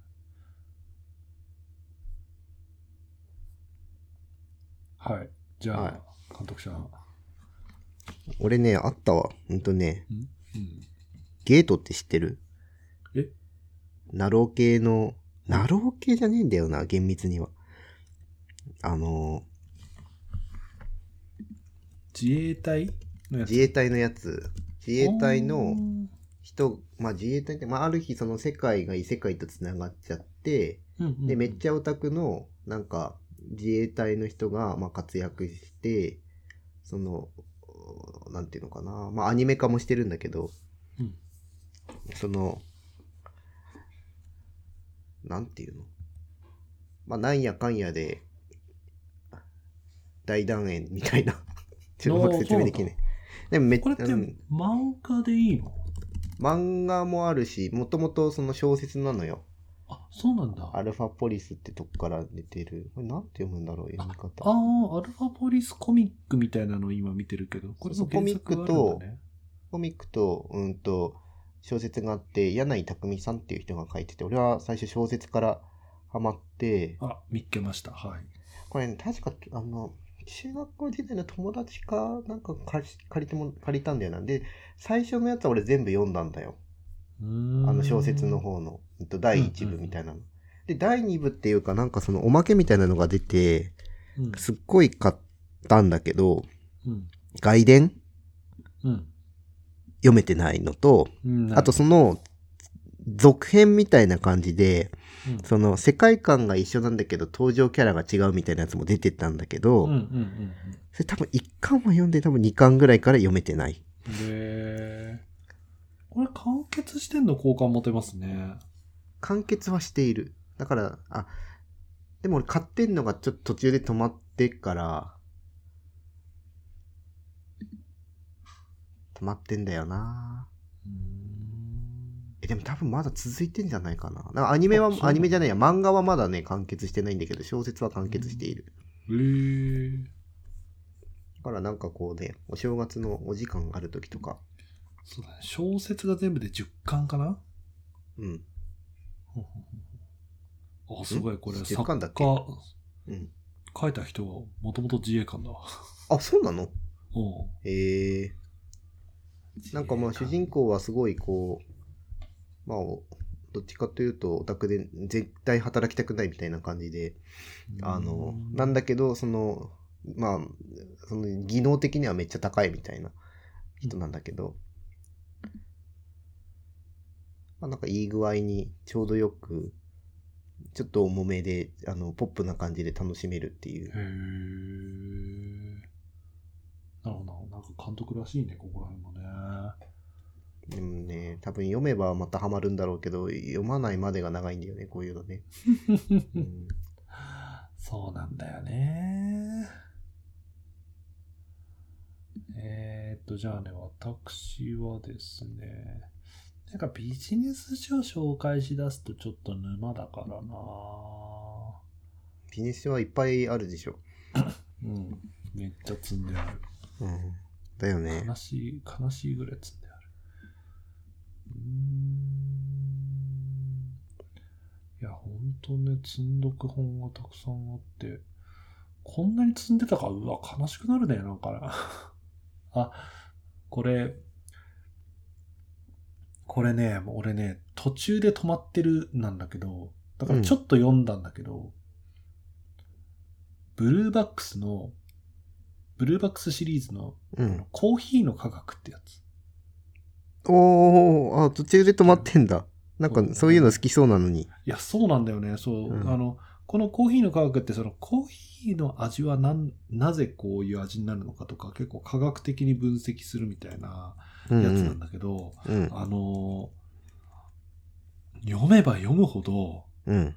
S1: はい。じゃあ、
S2: はい
S1: 監督者。うん。
S2: 俺ね、あったわ。ほんとね、ゲートって知ってる
S1: え
S2: ナロー系の、ナロー系じゃねえんだよな、厳密には。あの
S1: 自衛隊の
S2: ー、
S1: やつ。
S2: 自衛隊のやつ。自衛隊の
S1: うん
S2: 人、まあ自衛隊って、まあある日その世界が異世界と繋がっちゃって、
S1: うん、
S2: で、めっちゃオタクの、なんか、自衛隊の人が、まあ、活躍して、その、おなんていうのかな、まあ、アニメ化もしてるんだけど、
S1: うん
S2: その、なんていうのまあ、なんやかんやで、大団円
S1: [laughs]
S2: みたいな。ちょっとうまく説明できない。でもめっ
S1: これって
S2: うん
S1: 漫画でいいの
S2: 漫画もあるし、もともとその小説なのよ。
S1: あ、そうなんだ。
S2: アルファポリスってとこから出てる。これなんて読むんだろう読み
S1: あ
S2: 方。
S1: あ、アルファポリスコミックみたいなのを今見てるけど、これも原作があるんだね。
S2: コミックと、うんと、小説があって、柳井匠さんっていう人が書いてて、俺は最初小説からハマって、
S1: あ、見っけました。はい。
S2: これね、確か、あの、中学校時代の友達か、なんか借り借りても、借りたんだよなんで、最初のやつは俺全部読んだんだよ。
S1: あ
S2: あの小説の。方の、うんと、第1部みたいなの。で、第2部っていうか、なんかそのおまけみたいなのが出て、
S1: うん。
S2: すっごい買ったんだけど、
S1: うん。
S2: 外伝
S1: うん。
S2: 読めてないのと、
S1: うん
S2: あと、その、続編みたいな感じで、
S1: うん
S2: その世界観が一緒なんだけど登場キャラが違うみたいなやつも出てたんだけど、
S1: うんうんうん
S2: それ多分1巻は読んで多分2巻ぐらいから読めてない。
S1: うん。で、これ完結してんの好感持てますね。
S2: 完結はしている。だから、あ、でも俺買ってんのがちょっと途中で止まってから、止まってんだよな
S1: うーん
S2: え、でも多分まだ続いてんじゃないかな。だからアニメは
S1: あそう、なんだ
S2: アニメじゃないや、漫画はまだね、完結してないんだけど、小説は完結している。
S1: へー
S2: だからなんかこうね、お正月のお時間がある時とか、
S1: そうだね。小説が全部で10巻かな
S2: うん。
S1: ほうほうほうあ、すごい、これ、
S2: 10巻だっけ
S1: 作
S2: うん。
S1: 家書いた人はもともと自衛官だわ。
S2: あ、そうなの
S1: お
S2: へえなんかまあ主人公はすごいこう、まあ、おどっちかというとオタクで絶対働きたくないみたいな感じで、あの、なんだ
S1: け
S2: けど、その、まあ、その技能的にはめっちゃ高いみたいな人なんだけど、まあなんかいい具合にちょうどよく、ちょっと重めで、あの、ポップな感じで楽しめるっていう
S1: へ。ーなるほどな。なんか監督らしいね、ここら辺もね。
S2: でもね、多分読めばまたハマるんだろうけど、読まないまでが長いんだよね、こういうのね。うん
S1: そうなんだよね。えー、っと、じゃあね、私はですね、なんかビジネス書を紹介しだすとちょっと沼だからな
S2: ビジネスはいっぱいあるでしょ。
S1: うん。めっちゃ積んである。
S2: うん、だよね
S1: 悲。しい、悲しいぐらい積んである。うーん。いや、ほんとね、積んどく本がたくさんあって、こんなに積んでたか、うわ、悲しくなるね、なんか [laughs] な。あ、これ、これね、もう俺ね、途中で止まってるなんだけど、だからちょっと読んだんだけど、ブルーバックスの、ブルーバックスシリーズの
S2: うん。
S1: コーヒーの科学ってやつ。
S2: おー、あ、途中で止まってんだ。なんかそういうの好きそうなのに。
S1: いや、そうなんだよね。そう、
S2: うん
S1: あの、このコーヒーの科学って、そのコーヒーの味はなん、なぜこういう味になるのかとか、結構科学的に分析するみたいな
S2: うんう
S1: やつなん
S2: ん。
S1: だけど、
S2: うん。
S1: あの、読めば読むほど
S2: うん。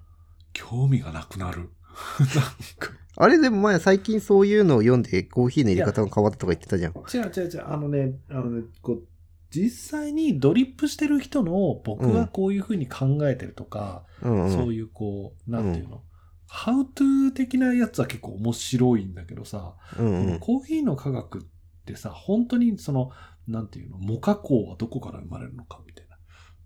S1: 興味がなくなる。 [laughs]
S2: あれでも前最近そういうのを読んでコーヒーの入れ方が変わったとか言ってたじゃん。
S1: 違う違う違う、あのね、あのね、こう、実際にドリップしてる人の僕はこういうふうに考えてるとか、
S2: うんう。
S1: そうんいうこう、なんていうの、ハウトゥー的なやつは結構面白いんだけどさ、
S2: うんうん。
S1: コーヒーの科学ってさ、本当にその、なんていうの、モカ酵はどこから生まれるのかみたいな。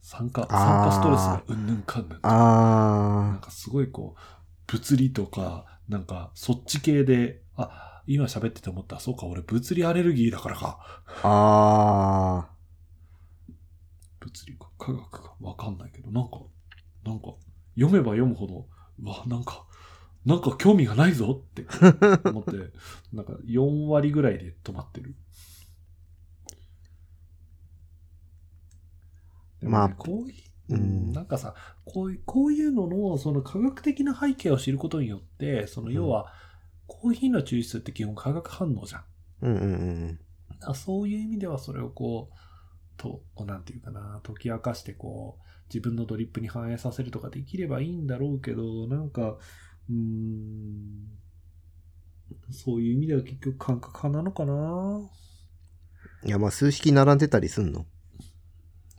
S1: 酸化、酸
S2: あー
S1: 化ストレスがうんぬんかんぬんとか。なん
S2: あ
S1: かすごいこう、物理とか、なんかそっち系で、あ、今喋ってて思った、そうか、俺物理アレルギーだからか。
S2: ー。あ
S1: 物理か、科学か、わかんないけど、なんか、なんか、読めば読むほど、うわ、なんか、なんか興味がないぞって
S2: [laughs]
S1: 思って、なんか4割ぐらいで止まってる。でもね
S2: まあ
S1: コーヒ
S2: う
S1: ー、
S2: ん
S1: なんかさ、こういう、こういうのの、その科学的な背景を知ることによって、その要は、コーヒーの抽出って基本化学反応じゃん。
S2: ー。うんうんうん。
S1: あそういう意味ではそれをこう、と、なんていうかな、解き明かしてこう、自分のドリップに反映させるとかできればいいんだろうけど、なんか、うーん、そういう意味では結局感覚派なのかな。
S2: いやまあ数式並んでたりすんの。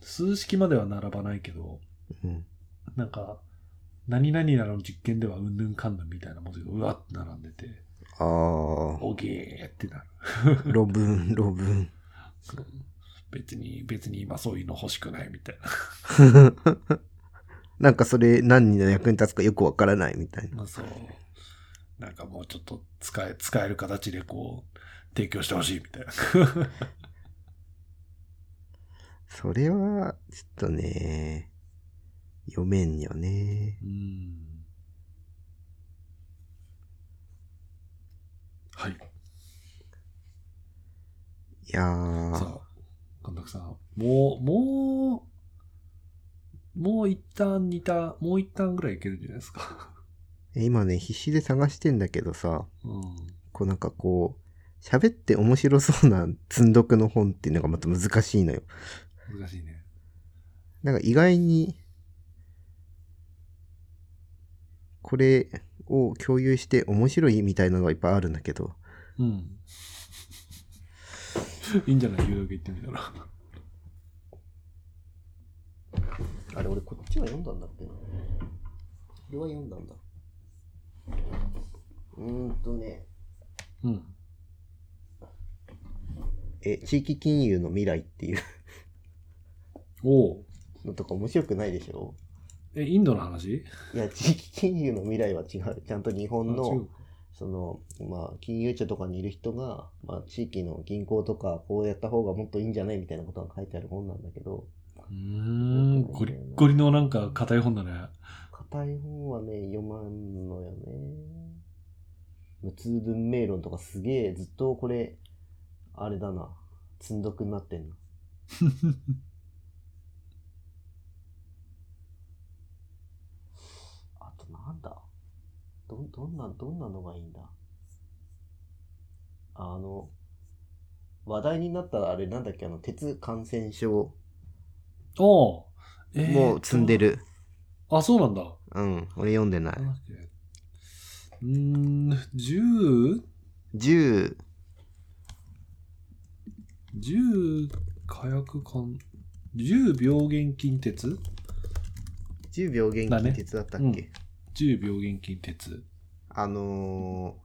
S1: 数式までは並ばないけど、
S2: うん。
S1: なんか、何々なの実験ではうんぬんかんぬんみたいな文字がうわって並んでて、
S2: あ
S1: [laughs]
S2: あ。
S1: おげーってなる。
S2: 論文、論文。
S1: そう別に、別に今そういうの欲しくないみたいな。
S2: なんかそれ何の役に立つかよくわからないみたいな。
S1: まあそう。なんかもうちょっと使え、使える形でこう、提供してほしいみたいな。
S2: それは、ちょっとね、読めんよね。
S1: うん。はい。
S2: いやー、
S1: さあ、神田さん、もう、もう、もう一旦似た、もう一旦ぐらいいけるんじゃないですか。
S2: 今ね、必死で探してんだけどさ、
S1: うん。
S2: こうなんかこう、喋って面白そうな積読の本っていうのがまた難しいのよ。
S1: 難しいね。
S2: なんか意外に、これを共有して面白いみたいなのがいっぱいあるんだけど、
S1: うん。 [laughs] いいんじゃない言うだけ言ってみたら。
S2: あれ、俺こっちは読んだんだっけな。これは読んだんだ。うーんとね。
S1: うん。
S2: え、地域金融の未来っていう
S1: おう
S2: のとか面白くないでしょ
S1: え、インドの話
S2: いや、地域金融の未来は違う。ちゃんと日本
S1: あ違う
S2: の、
S1: か
S2: その、まあ、金融庁とかにいる人が、まあ、地域の銀行とか、こうやった方がもっといいんじゃないみたいなことが書いてある本なんだけど、
S1: うーん、ゴリッゴリのなんか硬い本だね。
S2: 硬い本はね、読まんのよね。無痛文明論とかすげえ、ずっとこれ、あれだな。積んどくになっ
S1: [laughs]
S2: てんな。あとなんだど、どんな、どんなのがいいんだあの、話題になったあれなんだっけあの、鉄感染症
S1: おうえーと
S2: もう積んで。る。
S1: あ、そうなんだ。
S2: うん、俺読んでない
S1: なん。だっけうーん、10?
S2: 10、
S1: 10火薬缶、10病原菌鉄
S2: 10秒元
S1: だ
S2: 気
S1: ね
S2: 鉄だったっけ、
S1: うん ?10 病原菌鉄。
S2: あのー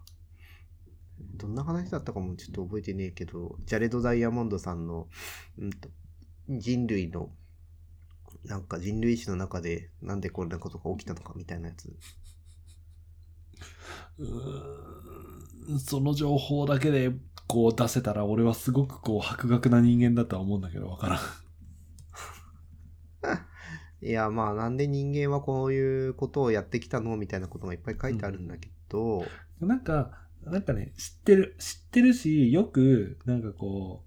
S2: どんな話だったかもちょっと覚えてねえけど、ジャレド・ダイヤモンドさんの、うんと、人類の、なんか人類史の中でなんでこんなことが起きたのかみたいなやつ。
S1: うーん、その情報だけでこう出せたら俺はすごくこう博学な人間だとは思うんだけどわからん。
S2: いや、まあなんで人間はこういうことをやってきたのみたいなことがいっぱい書いてあるんだけど、
S1: なんか、なんかね、知ってる、知ってるし、よく、なんかこ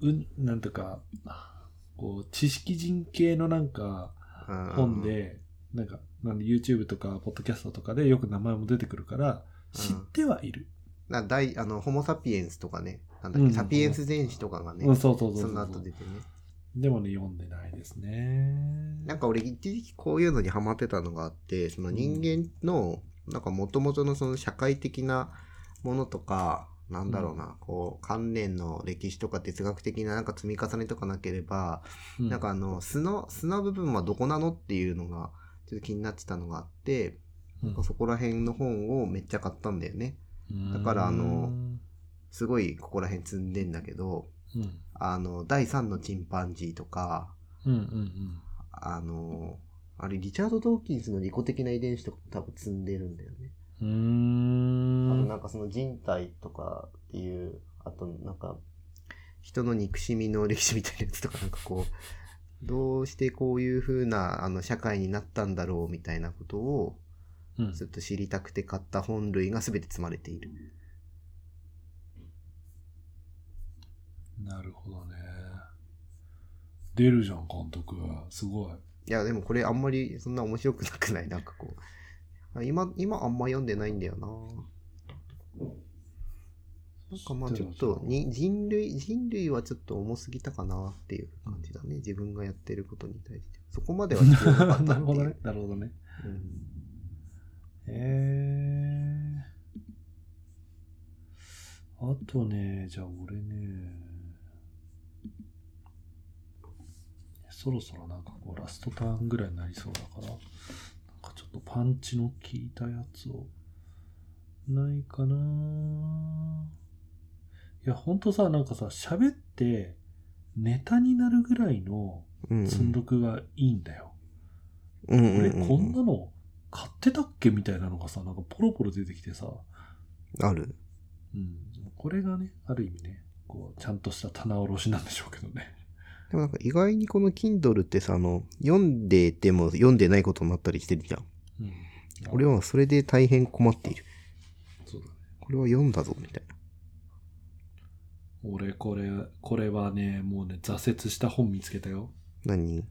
S1: う、うん、なんとか、こう、知識人系のなんか、
S2: うん
S1: 本で、なんか、なんで YouTube とか、ポッドキャストとかでよく名前も出てくるから、
S2: うん
S1: 知ってはいる。
S2: な大あのホモ・サピエンスとかねなんだっけ、
S1: うん
S2: サピエンス全史とかがね、
S1: うん、そうそうそうそ
S2: そうの後出てね
S1: でもね、読んでないですね。
S2: なんか俺一時期こういうのにハマってたのがあってその人間のなんか元々のその社会的なものとかなんだろうな、こう観念の歴史とか哲学的ななんか積み重ねとかなければ、
S1: うん、
S2: なんかあの素の素の部分はどこなのっていうのがちょっと気になってたのがあって、
S1: うん、
S2: そこら辺の本をめっちゃ買ったんだよねだからあの
S1: うん、
S2: すごいここら辺積んでんだけど
S1: うん、
S2: あの第3のチンパンジーとか
S1: うん、うん。
S2: あのあれリチャード・ドーキンスの利己的な遺伝子とかも多分積んでるんだよね、
S1: うー
S2: あの
S1: ん。
S2: なんかその人体とかっていうあとなんか人の憎しみの歴史みたいなやつとかなんかこう [laughs] どうしてこういう風なあの社会になったんだろうみたいなことを
S1: うん
S2: ずっと知りたくて買った本類が全て積まれている。
S1: なるほどね。出るじゃん、監督。すごい。
S2: いや、でもこれあんまりそんな面白くなくないなんかこう。あ今、今あんま読んでないんだよな。なんかまあちょっとに人類、人類はちょっと重すぎたかなっていう感じだね。自分がやってることに対して。そこまでは必要なかった
S1: [laughs] なる
S2: ってい
S1: ほ
S2: う。
S1: どね。なるほどね。
S2: うん
S1: へえ。あとね、じゃあ俺ね、そろそろなんかこうラストターンぐらいになりそうだから、なんかちょっとパンチの効いたやつを、ないかないや、ほんとさ、なんかさ、喋ってネタになるぐらいの
S2: うん
S1: 積んどくがいいんだよ。
S2: うん
S1: 俺
S2: うんうん
S1: こんなの買ってたっけみたいなのがさなんかポロポロ出てきてさ、
S2: ある。
S1: うん、これがねある意味ねこうちゃんとした棚卸しなんでしょうけどね
S2: でもなんか意外にこの Kindle ってさ、あの、読んでても読んでないことになったりしてるじゃん。
S1: うん
S2: 俺はそれで大変困っている。
S1: そうだね
S2: これは読んだぞ、みたいな。
S1: 俺これこれはねもうね挫折した本見つけたよ
S2: 何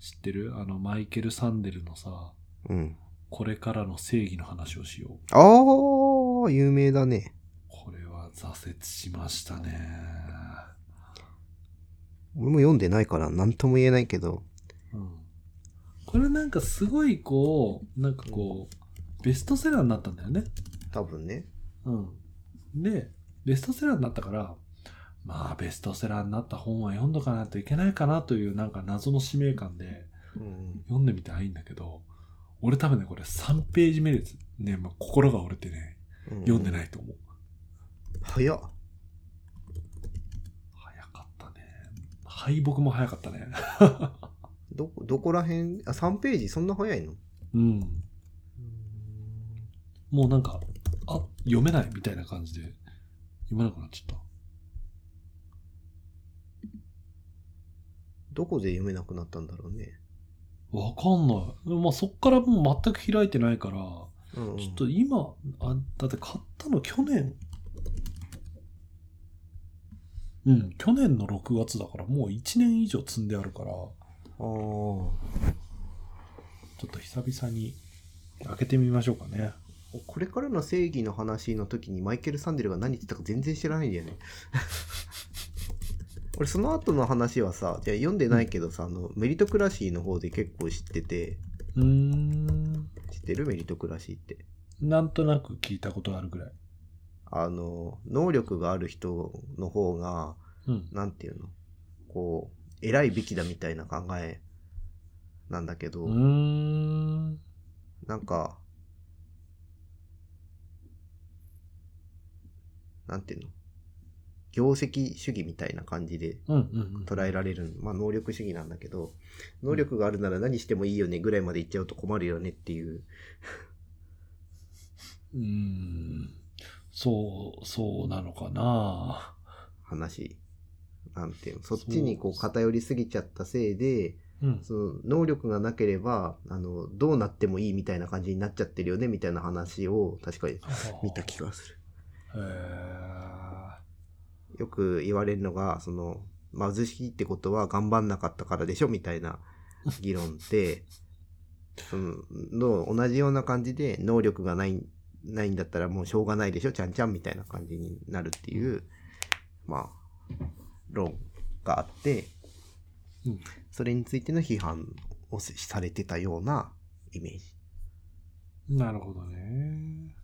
S1: 知ってるあのマイケル・サンデルのさ
S2: うん。
S1: これからの正義の話をしよう
S2: ああ、有名だね。
S1: これは挫折しましたね
S2: 俺も読んでないから何とも言えないけど。
S1: うんこれなんかすごいこうなんかこうベストセラーになったんだよね
S2: 多分ね。
S1: うん。で、ベストセラーになったから、まあ、ベストセラーになった本は読んどかないといけないかなという、なんか謎の使命感で
S2: うん。
S1: 読んでみたらいいんだけど、俺多分ね、これ3ページ目です。ね、まあ、心が折れてね、読んで
S2: い。
S1: ないと思う。
S2: 早っ。
S1: 早かったね。敗北も早かったね。
S2: どこ、どこら辺あ、3ページそんな早いの
S1: うん。もうなんか、あ、読めないみたいな感じで、読めなくなっちゃった。
S2: どこで読めなくなったんだろうね。
S1: わかんない。でもまあ、そっからもう全く開いてないから、
S2: うんうん
S1: ちょっと今、あ、だって買ったの去年。うん、去年の6月だから、もう1年以上積んであるから、ちょ
S2: あ
S1: っと久々に開けてみましょうかね。
S2: あ。これからの正義の話の時にマイケル・サンデルが何言ってたか全然知らないんだよね。 [laughs] 俺その後の話はさ、じゃあ読んでないけどさ、あの、メリトクラシーの方で結構知ってて、
S1: うーん、
S2: 知ってるメリトクラシーって。
S1: なんとなく聞いたことあるぐらい。
S2: あの、能力がある人の方が、
S1: うん。
S2: なんていうのこう、偉いべきだみたいな考えなんだけど、
S1: うーん。
S2: なんか、なんていうの業績主義みたいな感じで
S1: うんうん
S2: 捉えられる、まあ能力主義なんだけど、能力があるなら何してもいいよねぐらいまでいっちゃうと困るよねっていう。
S1: うん。うーん。そう、そうなのかな。
S2: 話。なんていうのそっちにこう偏りすぎちゃったせいで、
S1: うん。
S2: その能力がなければあのどうなってもいいみたいな感じになっちゃってるよねみたいな話を確かに見た気がする。
S1: へー
S2: よ
S1: [laughs]
S2: く言われるのがその貧しいってことは頑張んなかったからでしょみたいな議論で、その、の同じような感じで能力がない、ないんだったらもうしょうがないでしょ、ちゃんちゃんみたいな感じになるっていう、まあ、論があって、
S1: うん
S2: それについての批判をせされてたようなイメージ。
S1: なるほどね。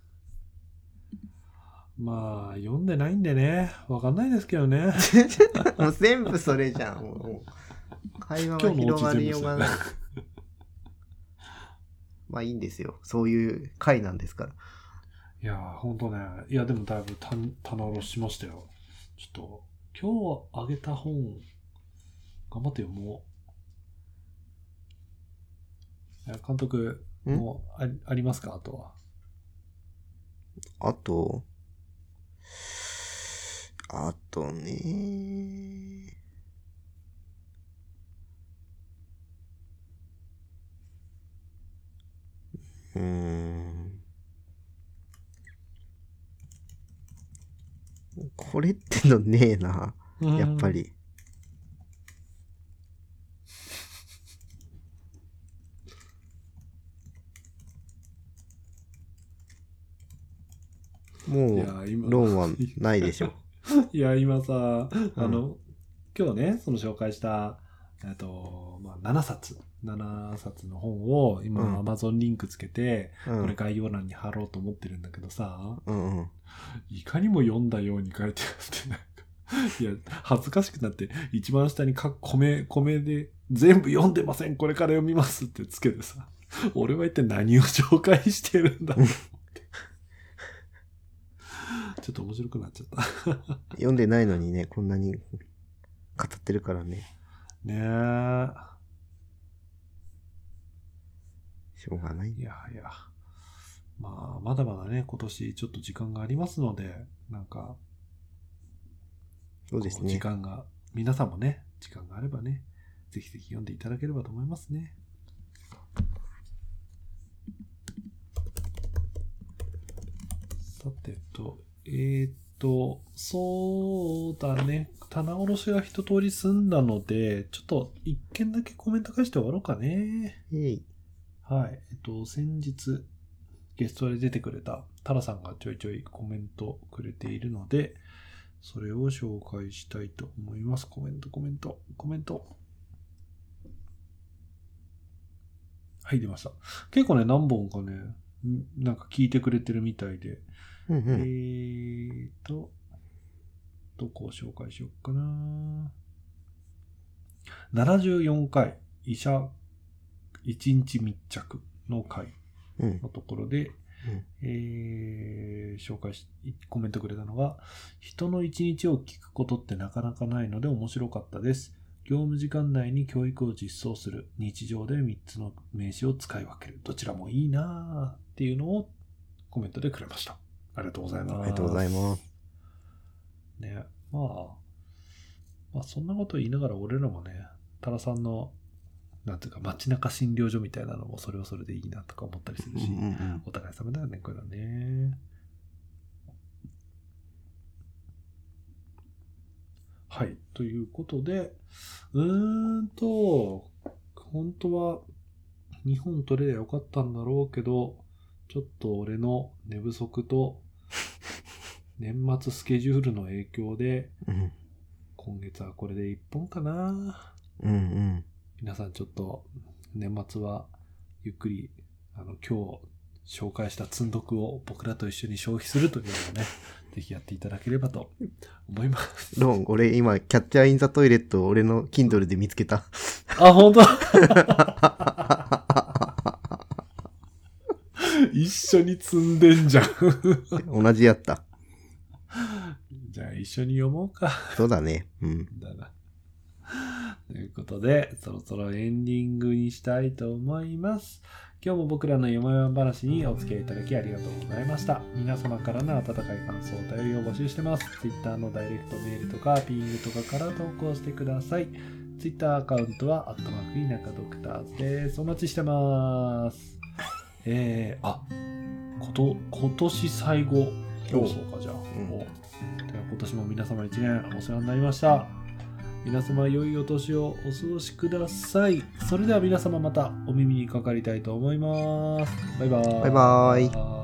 S1: まあ、読んでないんでね、わかんないですけどね。
S2: [laughs] もう全部それじゃん。もうもう会話が
S1: 今日のオ
S2: 広
S1: チ
S2: が
S1: 全
S2: り
S1: 部
S2: よ
S1: そうれ
S2: がない。まあいいんですよ。そういう回なんですから。
S1: いやー、ほんとね。いや、でもだいぶた棚卸しましたよ。ちょっと、今日あげた本、頑張って読もう。いや監督、
S2: ん
S1: もうありありますかあとは。
S2: あと、あとね。うーん。これってのねえな。やっぱ。り。
S1: い
S2: も
S1: や
S2: う、
S1: ー、今、
S2: 論はないでしょ。
S1: いや、今さ、
S2: うん
S1: あの、今日ね、その紹介した、えっと、まあ、7冊、7冊の本を、今、
S2: うん
S1: Amazon リンクつけて、
S2: う
S1: [laughs] これ
S2: ん。
S1: 概要欄に貼ろうと思ってるんだけどさ、
S2: うんうん。
S1: いかにも読んだように書いてあ
S2: [laughs]
S1: って、なんか、いや、恥ずかしくなって、一番下にか米、米で、全部読んでません、これから読みますってつけてさ、俺は一体何を紹介してるんだと思って。 [laughs] ちょっと面白くなっちゃった。
S2: 読んでないのにね、こんなに語ってるからね。
S1: ねえ。
S2: しょうがない
S1: い。やいや。まあ、まだまだね、今年ちょっと時間がありますので、なんか、
S2: そうです
S1: こう時
S2: ね。
S1: 間が、皆さんもね、時間があればね、ぜひぜひ読んでいただければと思いますね。さてと、えーっと、そうだね、棚卸しが一通り済んだので、ちょっと一件だけコメント返して終わろうかね。
S2: えい。
S1: はい。えっと、先日、ゲストで出てくれたタラさんがちょいちょいコメントくれているので、それを紹介したいと思います。コメント、コメント、コメント。はい、出ました。結構ね、何本かね、んなんか聞いてくれてるみたいで。
S2: うん
S1: え
S2: うん。
S1: ーと、どこを紹介しようかな。74回、医者一日密着の回
S2: うん
S1: のところで、えー紹介し、コメントくれたのが、人の一日を聞くことってなかなかないので面白かったです。業務時間内に教育を実装する。日常で3つの名詞を使い分ける。どちらもいいなぁっていうのをコメントでくれました。ありがとうございます。
S2: ありがとうございます。
S1: ね、まあ、まあ、そんなこと言いながら俺らもね、タラさんの、なんていうか、街中診療所みたいなのもそれはそれでいいなとか思ったりする
S2: うん
S1: し、
S2: うんうん。
S1: お互い様だよね、これはね。はい。ということで、うーんと、本当は2本取れりゃよかったんだろうけど、ちょっと俺の寝不足と、年末スケジュールの影響で、
S2: うん
S1: 今月はこれで1本かな。
S2: うんうん。
S1: 皆さんちょっと年末はゆっくりあの今日紹介した積んどくを僕らと一緒に消費するというのをね、 [laughs] ぜひやっていただければと思います。
S2: ロン、俺今、キャッチャーインザトイレットを俺の Kindle で見つ
S1: [laughs]
S2: けた。
S1: あ、本当一緒に積んでんじゃん。
S2: 同じやった。
S1: じゃあ一緒に読もうか。
S2: そうだね。うん。
S1: だな。ということで、そろそろエンディングにしたいと思います。今日も僕らのよもやま話にお付き合いいただきありがとうございました。皆様からの温かい感想、お便りを募集してます。Twitter のダイレクトメールとか、ピングとかから投稿してください。Twitter アカウントは、アットマーク田舎ドクターズです。お待ちしてます。えー、あ、こと、今年最後放送か、じゃあ。
S2: ん
S1: おでは今年も皆様一年お世話になりました。え皆様良いお年をお過ごしくださいそれでは皆様またお耳にかかりたいと思いますバイバーイ
S2: バイバーイ